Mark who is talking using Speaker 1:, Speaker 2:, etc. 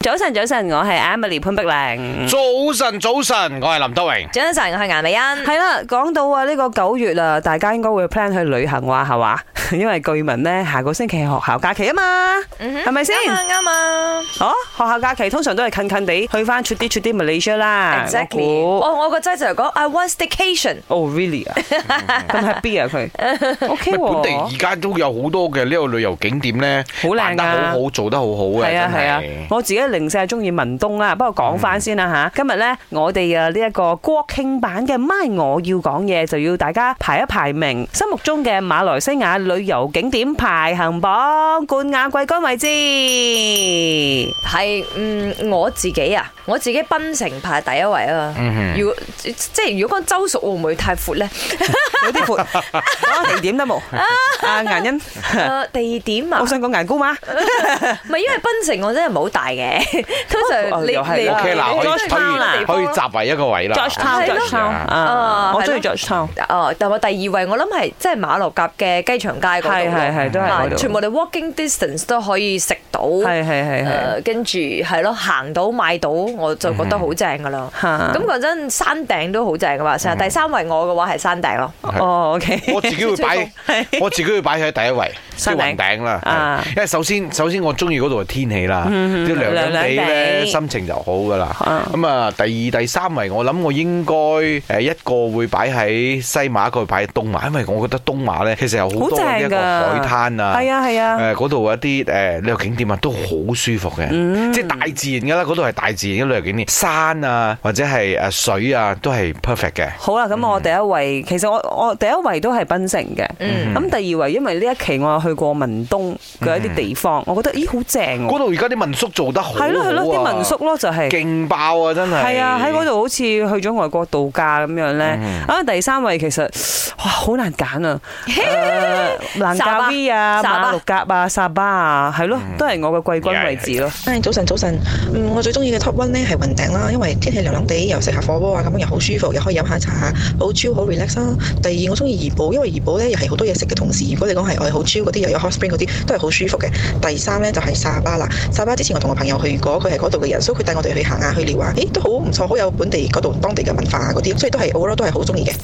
Speaker 1: 早晨，早晨，我係 Emily 潘碧玲。
Speaker 2: 早晨，早晨，我係林德榮。
Speaker 3: 早晨，我係顏美欣。
Speaker 1: 係啦，講到啊呢個九月啊，大家應該會 plan 去旅行話係嘛？ 因為據聞呢，下個星期係學校假期啊嘛，係咪先？
Speaker 3: 啱啊啱啊
Speaker 1: 哦，學校假期通常都係近近地去翻出啲出啲 Malaysia 啦。
Speaker 3: ，exactly。
Speaker 1: 我估
Speaker 3: 哦，我個仔就係講 I want staycation。
Speaker 1: 哦，really 啊，咁 happy 啊 佢，OK
Speaker 2: 本地而
Speaker 1: 喎，
Speaker 2: 家都有好多嘅呢個旅遊景點咧，
Speaker 1: 好
Speaker 2: 辦
Speaker 1: 靚
Speaker 2: 得
Speaker 1: 啊
Speaker 2: 好。好，做得好好嘅，
Speaker 1: 係啊係啊
Speaker 2: 真，係
Speaker 1: 我自己零舍中意文東啦。不過講翻先啦吓，今日呢，我哋啊呢一個國慶版嘅 My 我要講嘢，就要大家排一排名心目中嘅馬來西亞旅遊景點排行榜冠亞季軍位置。
Speaker 3: 係嗯，我自己啊，我自己檳城排第一位啊。
Speaker 1: 嗯
Speaker 3: 如果即即係如果講州屬會唔會太 闊咧？
Speaker 1: 有啲闊，講下地點得冇？阿顏欣，
Speaker 3: 誒地點啊
Speaker 1: 我，想講顏姑媽。
Speaker 3: 唔係因為檳城我真係冇大嘅， 通
Speaker 1: 哦
Speaker 3: 常你
Speaker 1: 又係
Speaker 3: 你
Speaker 2: OK 啦，
Speaker 1: 你
Speaker 2: 可以
Speaker 1: George Town 啦
Speaker 2: 可以可以集為一個位啦。
Speaker 1: George Town，
Speaker 3: 係咯
Speaker 1: George Town，啊
Speaker 3: 啊
Speaker 1: 我中意
Speaker 3: 係咯
Speaker 1: George Town，
Speaker 3: 哦，但我第二位我諗係即係馬六甲嘅雞場街嗰度咯
Speaker 1: 係係係都係嗰度
Speaker 3: 啊全部你 walking distance 都可以食到，
Speaker 1: 係係係係
Speaker 3: 誒跟住係咯行到買到我就覺得好正噶啦。
Speaker 1: 嚇
Speaker 3: 咁講真，山頂都好正噶嘛，成日第三位我嘅話係山頂咯。
Speaker 1: 哦，OK，
Speaker 2: 我自己會擺， 我自己會擺喺第一位，即
Speaker 1: 山
Speaker 2: 係
Speaker 1: 頂
Speaker 2: 雲頂啦
Speaker 1: 啊。嗯
Speaker 2: 因為首先首先我中意嗰度嘅天氣啦，啲涼涼地
Speaker 1: 涼涼
Speaker 2: 咧，
Speaker 1: 地
Speaker 2: 心情就好噶啦。
Speaker 1: 啊
Speaker 2: 咁啊，第二、第三位我諗我應該誒一個會擺喺西馬，一個會擺喺東馬，因為我覺得東馬咧其實有好
Speaker 1: 好
Speaker 2: 多
Speaker 1: 正
Speaker 2: 呢一個
Speaker 1: 㗎
Speaker 2: 海灘啊。
Speaker 1: 係啊係啊。
Speaker 2: 誒嗰度一啲誒旅遊景點啊，都好舒服嘅，
Speaker 1: 嗯
Speaker 2: 即係大自然㗎啦。嗰度係大自然嘅旅遊景點，山啊或者係誒水啊，都係 perfect 嘅。
Speaker 1: 好啦，咁我第一位，其實我我第一位都係檳城嘅，
Speaker 3: 嗯
Speaker 1: 咁第二位因為呢一期我有去過文東嘅一啲地方，
Speaker 3: 嗯
Speaker 1: 我覺得咦好正
Speaker 2: 嗰
Speaker 1: 喎，
Speaker 2: 度而家啲民宿做得好好啊，
Speaker 1: 係咯係咯，啲民宿咯就係。
Speaker 2: 勁爆啊！真係
Speaker 1: 係啊，喺嗰度好似去咗外國度假咁樣咧。
Speaker 3: 嗯
Speaker 1: 啊，第三位其實哇，好難揀 啊！呃誒蘭教
Speaker 3: 沙巴
Speaker 1: V 啊、
Speaker 3: 沙巴嗯
Speaker 1: 馬六甲啊、沙巴啊，係咯，都係我嘅季軍位置咯。
Speaker 4: 唉，早晨早晨，嗯，我最中意嘅 top one 咧係雲頂啦，因為天氣涼涼地，又食下火鍋啊，咁樣又好舒服，又可以飲下茶，好 chill 好 relax 啦。第二我中意怡保，因為怡保咧又係好多嘢食嘅同時，如果你講係我哋好 chill 嗰啲，又有 hot spring 嗰啲，都係好舒服嘅。第三咧就係、沙巴啦，沙巴之前我同我朋友去過，佢係嗰度嘅人，所以佢帶我哋去行下去聊啊，咦都好唔錯，好有本地嗰度當地嘅文化啊嗰啲，所以都係 o v 都係好中意嘅。